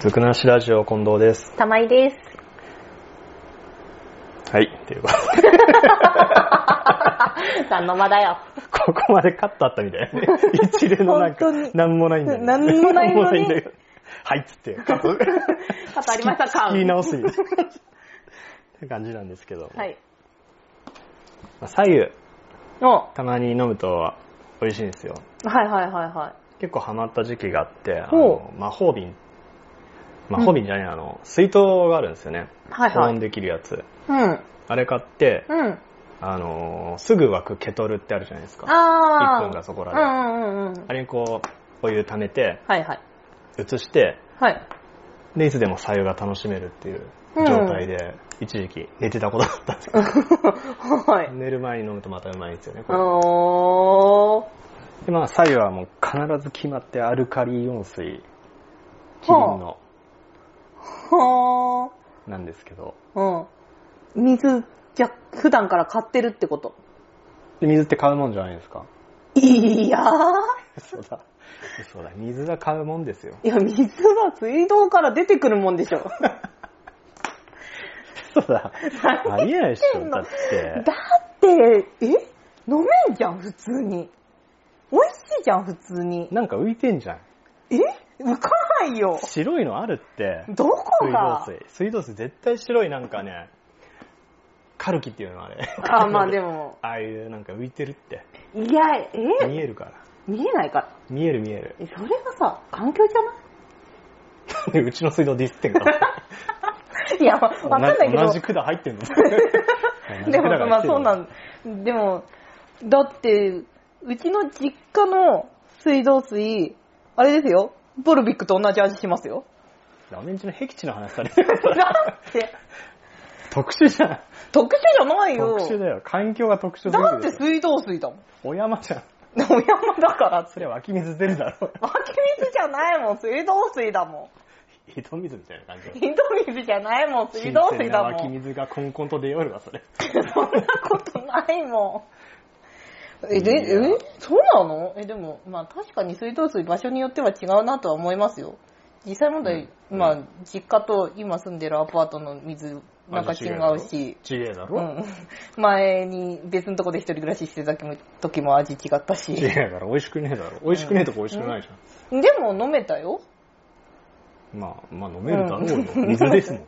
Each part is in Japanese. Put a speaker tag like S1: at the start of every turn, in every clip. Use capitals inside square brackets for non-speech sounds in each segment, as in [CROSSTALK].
S1: ずくなしラジオ近藤です。
S2: 玉井です。
S1: はい。ということで、
S2: 何の間だよ。
S1: [LAUGHS] ここまでカットあったみた
S2: [LAUGHS]
S1: いなね。一連のなんか
S2: 本当、に
S1: なんも [LAUGHS] ないんだよね。
S2: なんもないのに
S1: んだけどはいっつって、カット。
S2: カットありましたか
S1: 言い直すみたいなって感じなんですけど。
S2: はい。
S1: まあ左右、
S2: おは
S1: たまに飲むと美味しいんですよ。
S2: いはいはいは
S1: 結構ハマった時期があって、あ
S2: ほ
S1: の、魔法瓶。魔法瓶じゃない、あの、水筒があるんですよね。
S2: い。はい
S1: 保
S2: は
S1: 温
S2: い。
S1: できるやつ。
S2: うん。
S1: あれ買って、
S2: うん。
S1: あのーすぐ沸くケトルってあるじゃないですか。
S2: あー。
S1: 1分がそこらで。
S2: うんうんうんうん。
S1: あれにこう、お湯溜めて、
S2: はいはい。
S1: 移して、
S2: はい。
S1: で、いつでも左右が楽しめるっていう
S2: うん
S1: 状態で、一時期寝てたことがあったんですけど、
S2: はい。
S1: 寝る前に飲むとまたうまいんですよね。これ
S2: おー。
S1: で、まあ、左右はもう必ず決まってアルカリイオン水、キリンの、
S2: ほー。
S1: なんですけど、
S2: うん。水、じゃ、普段から買ってるってこと。
S1: で水って買うもんじゃないですか。
S2: いやー。
S1: そうだ。そうだ。水は買うもんですよ。
S2: いや、水は水道から出てくるもんでしょ。
S1: そうだ。 [LAUGHS] ありえないでし
S2: 言っ
S1: ょ。
S2: てん
S1: だ
S2: の
S1: って。
S2: だって、え飲めんじゃん、普通に。美味しいじゃん、普通に。
S1: なんか浮いてんじゃん。
S2: え浮かないよ。
S1: 白いのあるって。
S2: どこ
S1: 水道
S2: が
S1: 水。水道水絶対白いなんかね、カルキっていうのあれ。
S2: あ、まあでも。
S1: [LAUGHS] ああいうなんか浮いてるって。
S2: いや、え
S1: 見えるから。
S2: 見えないから。
S1: 見える見える。 [LAUGHS]
S2: えそれがさ、環境じゃな
S1: うちの水道ディスってん
S2: [LAUGHS]
S1: か。 [LAUGHS]
S2: いいや、 [LAUGHS] わかんないけど。
S1: 同じ管入ってんの。同じ
S2: [LAUGHS] で
S1: 管
S2: も、
S1: が入っ
S2: まあ
S1: てんの
S2: そうなん、でも、だって、うちの実家の水道水、あれですよ、ボルビックと同じ味します
S1: [LAUGHS]
S2: よ。
S1: ラーメン中の僻地の話さ
S2: [LAUGHS]
S1: れてる。
S2: だって、
S1: 特殊じゃん。
S2: 特殊じゃないよ。
S1: 特殊だよ。環境が特殊すぎ
S2: だ
S1: る
S2: っ
S1: で
S2: て
S1: しょ
S2: 水道水だもん。
S1: お山じゃん。
S2: お山だからって。
S1: それは湧き水出るだろう。 [LAUGHS]
S2: 湧き水じゃないもん、水道水だも
S1: 井戸水みたいな感じ
S2: [LAUGHS] ん。。井戸水じゃないもん、水道水だもん。
S1: 湧き水がコンコンと出よるわ、それ。
S2: そんなことないもん。え、で、
S1: [LAUGHS] いや
S2: え、そうなのえ、でも、まあ確かに水道水場所によっては違うなとは思いますよ。実際問題、
S1: うん
S2: ま
S1: う
S2: あ実家と今住んでるアパートの水、なんか違うし、
S1: 違えだ
S2: う
S1: ろ。
S2: ん。 [LAUGHS] 前に別のとこで一人暮らししてた時も時も味違ったし。
S1: 違え
S2: で
S1: から美味しくねえだろ。美味しくねえとこ美味しくないじゃん。
S2: も飲めたよ。
S1: まあ、まあ飲めるだろうよ。水ですもん。
S2: 飲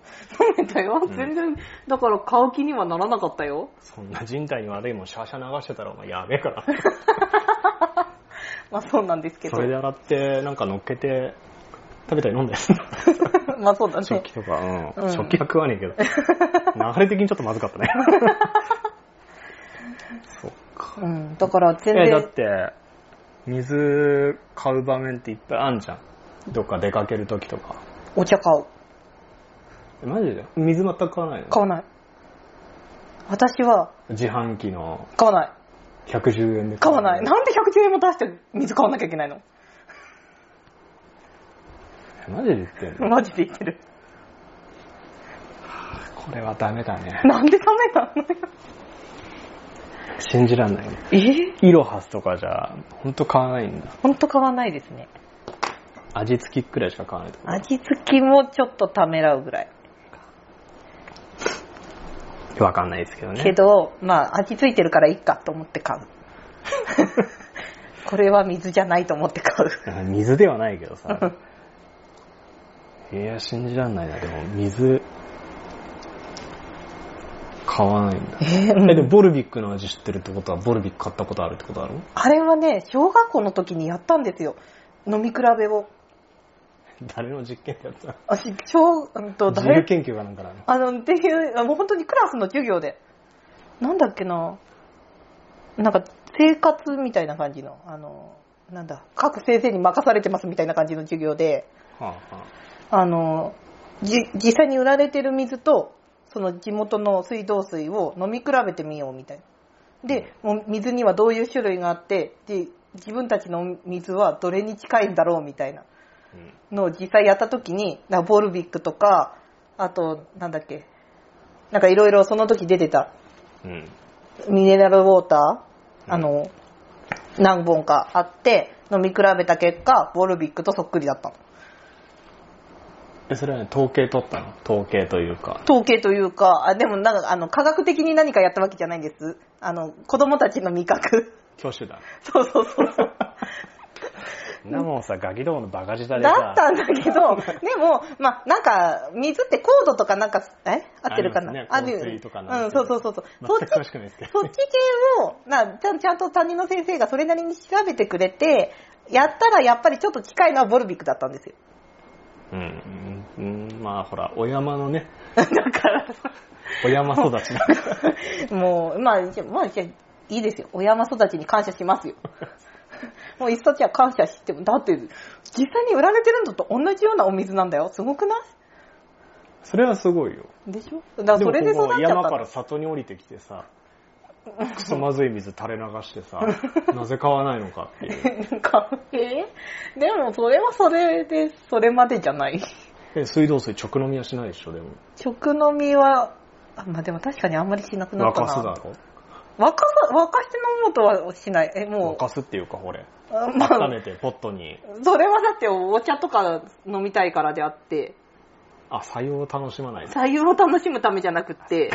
S2: めたよ。
S1: ん
S2: 全然、だから買う気にはならなかったよ。
S1: そんな人体に悪いもんシャーシャー流してたらお前やべえから。
S2: まあそうなんですけど
S1: そ。れで洗って、なんか乗っけて、食べたり飲んだよ。
S2: [LAUGHS] まあそうだ
S1: 食
S2: ね。
S1: 器とか、うん。
S2: うん
S1: 食器は食わねえ
S2: [LAUGHS]
S1: けど。流れ的にちょっとまずかったね。そうか。
S2: うん。だから全
S1: え、だ
S2: 然
S1: っ、て、水買う場面っていっぱいあんじゃん。どっか出かけるときとか。
S2: お茶買う。
S1: えマジで水全く買わないの
S2: 買わない。私は
S1: 自販機の
S2: 買わない。
S1: 110円で
S2: 買わない。なんで110円も出して水買わなきゃいけないの
S1: えマジで言ってんの
S2: マジで言ってる。
S1: これはダメだね。
S2: なんでダメなのよ。
S1: 信じらんないね。
S2: え
S1: イロハスとかじゃ、ほんと買わないんだ。
S2: ほんと買わないですね。
S1: 味付きくらいしか買わないとか。
S2: 味付きもちょっとためらうぐらい。
S1: わかんないですけどね。
S2: けど、まあ味付いてるからいいかと思って
S1: [LAUGHS]
S2: 買う。これは水じゃないと思って買う。
S1: うん水ではないけどさ。いや、信じらんないな。でも、水、買わないんだ。
S2: え
S1: え、でも、ボルビックの味知ってるってことは、ボルビック買ったことあるってことだろ
S2: あれはね、小学校の時にやったんですよ。飲み比べを。
S1: 誰の実験ってやつだ
S2: 私、小、うんと、
S1: 自由
S2: 誰
S1: 研究がなんかなの
S2: あの、っていう、あもう本当にクラスの授業で、なんだっけな、なんか生活みたいな感じの、あの、なんだ、各先生に任されてますみたいな感じの授業で、
S1: はあは
S2: あの、じ、実際に売られてる水と、その地元の水道水を飲み比べてみようみたいな。で、もう水にはどういう種類があって、で、自分たちの水はどれに近いんだろうみたいな。
S1: あうん
S2: のを実際やった時に、なんかボルビックとか、あと、なんだっけ、なんかいろいろその時出てた、
S1: うん。
S2: ミネラルウォータ
S1: うん
S2: ー、あの、何本かあって、飲み比べた結果、ボルビックとそっくりだったの。
S1: で、それはね、統計取ったの統計というか。
S2: 統計というか、あでもなんかあの科学的に何かやったわけじゃないんです。あの子供たちの味覚。 [LAUGHS]
S1: 挙手だ。
S2: そうそうそうそう。
S1: なもんさ、ガキどものバカ舌でさ。
S2: だったん
S1: [LAUGHS]
S2: だけど、でも、まあ、なんか、水ってコードとかなんか、え合ってるかな
S1: あります
S2: あ
S1: ね
S2: るよ
S1: 香
S2: ね
S1: 水とかなん
S2: うん、
S1: て
S2: そうそうそうそう。そっ
S1: 全
S2: ち
S1: く詳しくないですけど
S2: そっち系をなちゃん、ちゃんと担任の先生がそれなりに調べてくれて、やったらやっぱりちょっと近いのはボルビックだったんですよ。
S1: うん、うん、うんまあほら、お山のね、
S2: だから、
S1: お山育ちだから。
S2: もう、まあ、じゃまあ、じゃいいですよ。お山育ちに感謝しますよ。 [LAUGHS] もう一冊は感謝しても、だって、実際に売られてるのと同じようなお水なんだよ。すごくない
S1: [LAUGHS] それはすごいよ。
S2: でしょだからそれで育っちゃったんだ
S1: 山から里に降りてきてさ、くそまずい水垂れ流して
S2: [LAUGHS]
S1: さ、なぜ買わないのかっていう。
S2: なんか、 [LAUGHS] えーでもそれはそれで、それまでじゃない。
S1: で水道水直飲みはしないでしょ、でも。
S2: 食の実は、あまあでも確かにあんまりしなくな
S1: 沸
S2: った
S1: か
S2: な。
S1: すだろ
S2: 沸かさ、沸かして飲もうとはしない。え、も
S1: 沸
S2: う
S1: かすっていうか、ほれ。、
S2: あま
S1: 温
S2: あ、
S1: めてポットに、
S2: それはだってお茶とか飲みたいからであって、
S1: あ、作用を楽しまない。
S2: 左右を楽しむためじゃなくって、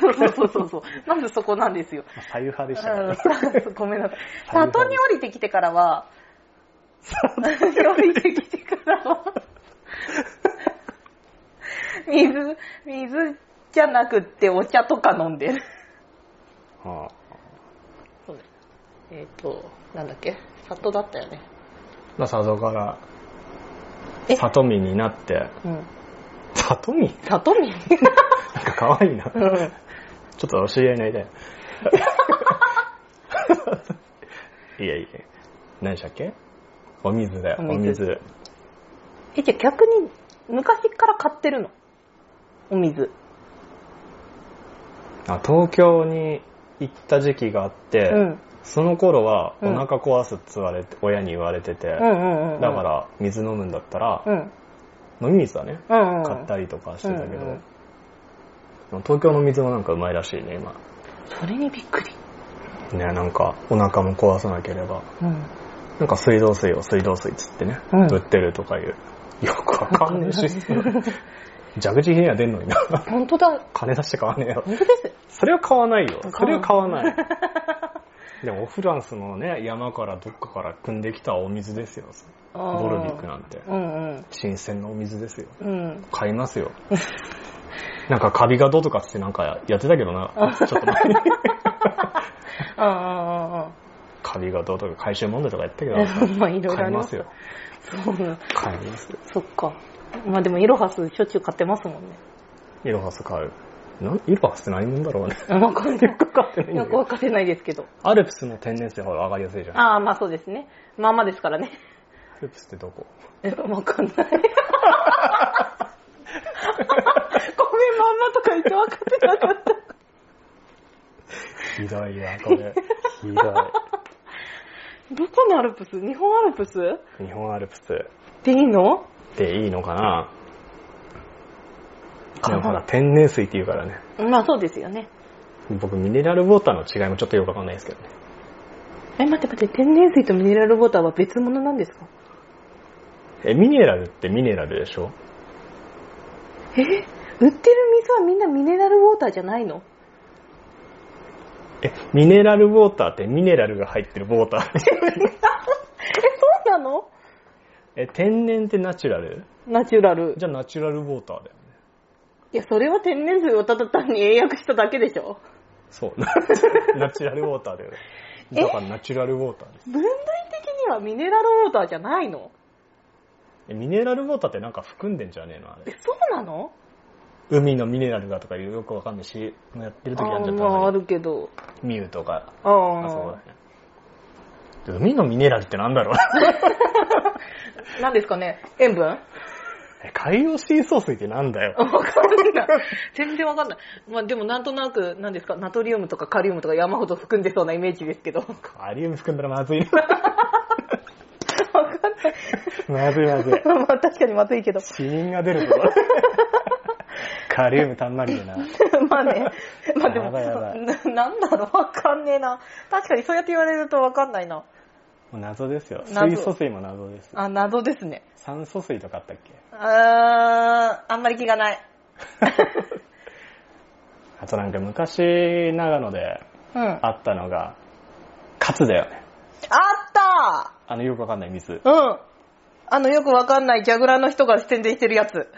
S2: そうそうそうそう。まずそこなんですよ。
S1: 左右派でした
S2: あ
S1: け
S2: の
S1: ど。
S2: さごめ [LAUGHS] んなさい。里に降りてきてからは、里に降りてきてからは、水、水じゃなくってお茶とか飲んでる。
S1: はあ
S2: えっ、と、なんだっけ里だったよね。
S1: まあ、里から
S2: え、
S1: 里見になって、
S2: うん。
S1: 里見
S2: 里に
S1: なんか可愛いな。ちょ
S2: うん
S1: っと知り合い
S2: [LAUGHS]
S1: ないで。いやいや。何でしたっけお水だよ、
S2: お
S1: お
S2: 水
S1: 水。
S2: え、じゃあ逆に昔から買ってるのお水。
S1: あ東京に行った時期があって、
S2: うん。
S1: その頃はお
S2: うん
S1: 腹壊すって言われて、親に言われてて、
S2: うんうんうん。
S1: だか。ら水飲むんだったら、
S2: うん。
S1: 飲み水はね、
S2: うんうん。
S1: 買ったりとかしてたけど、
S2: うんうん
S1: 東京の水もなんかうまいらしいね、今。
S2: それにびっくり。
S1: ね、なんかお腹も壊さなければ。
S2: うん。
S1: なんか水道水を水道水っつってね、
S2: うん
S1: 売ってるとかいう。よくわかんねえ
S2: [LAUGHS]
S1: システム。蛇口ひねりは出んのにな。
S2: 本当だ。
S1: 金出して買わねえよ。
S2: 本当です。
S1: それは買わないよ。
S2: 買わない
S1: それは買わ
S2: [LAUGHS]
S1: ない。でも、フランスのね、山からどっかから汲んできたお水ですよ。ボルビックなんて。
S2: うんうん。
S1: 新鮮なお水ですよ。
S2: うん。
S1: 買いますよ。なんかカビがどうとかっつってなんかやってたけどな。ちょっと前に。
S2: あ
S1: カビがどうとか回収問題とかやったけど
S2: あ、ああ。まあ、 [LAUGHS] いろいろ
S1: 買
S2: あ
S1: い
S2: り
S1: ま
S2: ますす
S1: よ
S2: よ。。そうなの
S1: 買いますよ。
S2: そっか。まあでも、イロハスしょっちゅう買ってますもんね。
S1: イロハス買う。なんイロハスって何者だろうね。 [LAUGHS]
S2: わかんない。
S1: 買ってないんだけ
S2: よく
S1: ど
S2: わかってないですけど。
S1: アルプスの天然水ほら上がりやすいじゃん。ア
S2: ああ、まあそうですね。まあまあですからね。
S1: ルプスってどこ
S2: えわかんない。ごめん、まんまとか言ってわかってなかった。
S1: ひどいわ、これ。ひど
S2: どこのアルプス日本アルプスっ
S1: い。日本アルプスって
S2: いいの
S1: ていいのかな
S2: か
S1: で
S2: な
S1: もほら、天然水って言うからね。
S2: まあそうですよね。
S1: 僕、ミネラルウォーターの違いもちょっとよくわかんないですけどね。
S2: え、待って待って、天然水とミネラルウォーターは別物なんですか
S1: え、ミネラルってミネラルでしょ
S2: え売ってる水はみんなミネラルウォーターじゃないの
S1: え、ミネラルウォーターってミネラルが入ってるウォーター。 [LAUGHS]
S2: え、そうなの
S1: え、天然ってナチュラル
S2: ナチュラル。
S1: じゃあナチュラルウォーターだよね。
S2: いや、それは天然水をただ単に英訳しただけでしょ
S1: そう。 [LAUGHS] ナチュラルウォーターだよね。だからナチュラルウォーターです。
S2: 分類的にはミネラルウォーターじゃないの
S1: えミネラルウォーターってなんか含んでんじゃねえのあれ
S2: え、。そうなの
S1: 海のミネラルがとかいうよくわかんないし、やってる時あるじゃん、
S2: あーまあ、あ
S1: たまに
S2: るけど。
S1: ミューとか。
S2: ああ
S1: あそうだね。で海のミネラルってなんだろう [LAUGHS]
S2: 何ですかね塩 [LAUGHS] 分わ
S1: え海洋深層水ってなんだよ。
S2: かんない。 [LAUGHS] 全然わかんない。まあでもなんとなく、何ですか、ナトリウムとかカリウムとか山ほど含んでそうなイメージですけど。わか
S1: カリウム含んだらまずいな。
S2: ん [LAUGHS] ない。
S1: まずいまずい。
S2: まあ確かにまずいけど。 [LAUGHS]
S1: 死因が出 [LAUGHS] るぞ。カリウムたんまりでな。
S2: まあね。まあでも、
S1: やばいやばい
S2: ななんだろう、わかんねえな。確かにそうやって言われるとわかんないな。
S1: もう謎ですよ。
S2: 謎
S1: 水素水も謎です。
S2: あ、謎ですね。
S1: 酸素水とかあったっけ
S2: あー、あんまり気がない。
S1: あとなんか昔、長野で
S2: うん。あ
S1: あったのが、カツだよね。
S2: った
S1: あのよくわかんない水。
S2: うん。あの、よくわかんないジャグラーの人が宣伝してるやつ。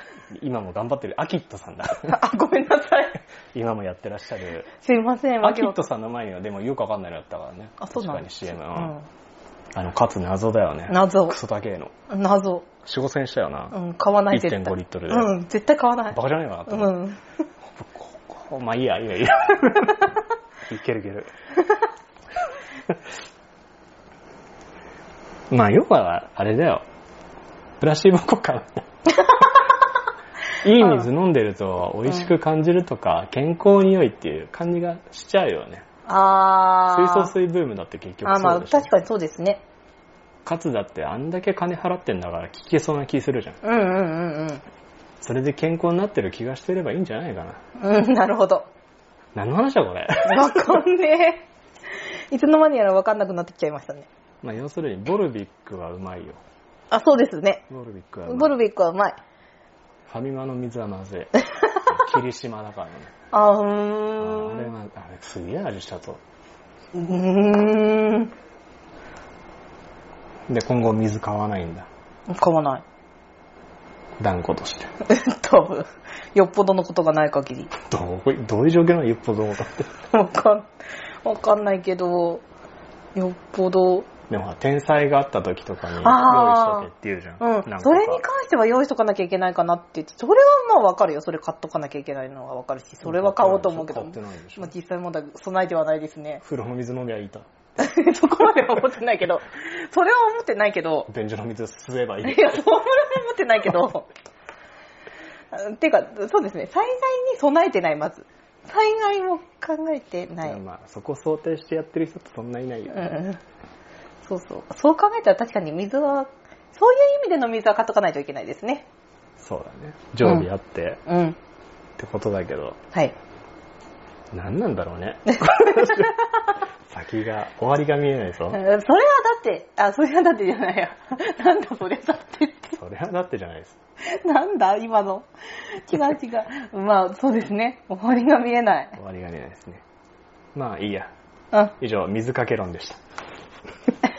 S1: 今も頑張ってる、アキットさん
S2: [LAUGHS]
S1: だ。
S2: あ、ごめんなさい。
S1: 今もやってらっしゃる。
S2: [LAUGHS] すいません、
S1: アキッ
S2: わけ
S1: ト
S2: わ
S1: さんの前にはでもよくわかんないのやったからね。
S2: あ、そうな
S1: 確
S2: ん
S1: かに
S2: だ
S1: CM
S2: う
S1: は。あの、カツ謎だよね。
S2: ん。謎
S1: ク。ソ高えの。
S2: 謎。
S1: 4、5千したよな。
S2: うん、買わない絶対。
S1: 1.5リットルで
S2: うん、絶対買わない
S1: バ。カじゃねえかなと
S2: う
S1: 思って。
S2: ん。
S1: ここまあいいや、いいや、いい
S2: [LAUGHS]
S1: や。いけるいける。 [LAUGHS] まあ、要は、あれだよ。プラシーボ効
S2: [LAUGHS]
S1: 果。いい水飲んでると美味しく感じるとか、健康に良いっていう感じがしちゃうよね。
S2: あー。
S1: 水素水ブームだって結局
S2: あ、
S1: そう
S2: まあ、
S1: でしょ。
S2: 確かにそうですね。
S1: かつだってあんだけ金払ってんだから聞けそうな気するじゃん。
S2: うんうんうん
S1: それで健康になってる気がしてればいいんじゃないかな。
S2: うん。うん、なるほど。
S1: 何の話だこれ。 [LAUGHS]
S2: わかんねえ。いつの間にやらわかんなくなってきちゃいましたね。
S1: まあ要するに、ボルビックはうまいよ。
S2: あ、そうですね。
S1: ボルビックはうまい
S2: ボルビックはうまい。
S1: ファミマの水はまず
S2: [LAUGHS]
S1: い。霧島だからね。
S2: あー、う
S1: あーあれ
S2: ーん。
S1: は、あれすげえ味したと。
S2: うーん。
S1: で、今後水買わないんだ。
S2: 買わない。 [LAUGHS]
S1: 断固として。
S2: 多分、よっぽどのことがない限り。
S1: どうどういう状況なの一歩どうだって。
S2: わかん、わかんないけど、よっぽど。
S1: でもほら、天才があった時とかに用意
S2: あ
S1: しと
S2: ー
S1: けって言うじゃん。
S2: うん
S1: な。か
S2: それに関しては用意しとかなきゃいけないかなって言って、それはまあわかるよ。それ買っとかなきゃいけないのはわかるし、それは買おうと思うけど
S1: 買っ、てないでしょ。
S2: まあ実際まだ備えてはないですね。 [LAUGHS]
S1: 風呂の水飲みゃいいと。
S2: そこまでは思ってないけど、それは思ってないけ [LAUGHS] ど、
S1: 便所の水吸えばいい
S2: い。や、そ [LAUGHS] れは思ってないけど、てか、そうですね、災害に備えてない、まず。災害も考えてない。
S1: いやまあ、そこ想定してやってる人ってそんないないよ。
S2: うん。そうそう。そう考えたら確かに水は、そういう意味での水は買っとかないといけないですね。
S1: そうだね。常備あって、っ
S2: うん。
S1: てことだけど、
S2: はい。
S1: 何なんだろうね。先が、終わりが見えないぞ
S2: うんそ。れはだって、あ、それはだってじゃないや。 [LAUGHS] なんだそれだってって。
S1: それはだってじゃないです。
S2: なんだ今の。違う違う。まあ、そうですね。終わりが見えない。
S1: 終わりが見えないですね。まあいいや。
S2: うん。
S1: 以上、水かけ論でした。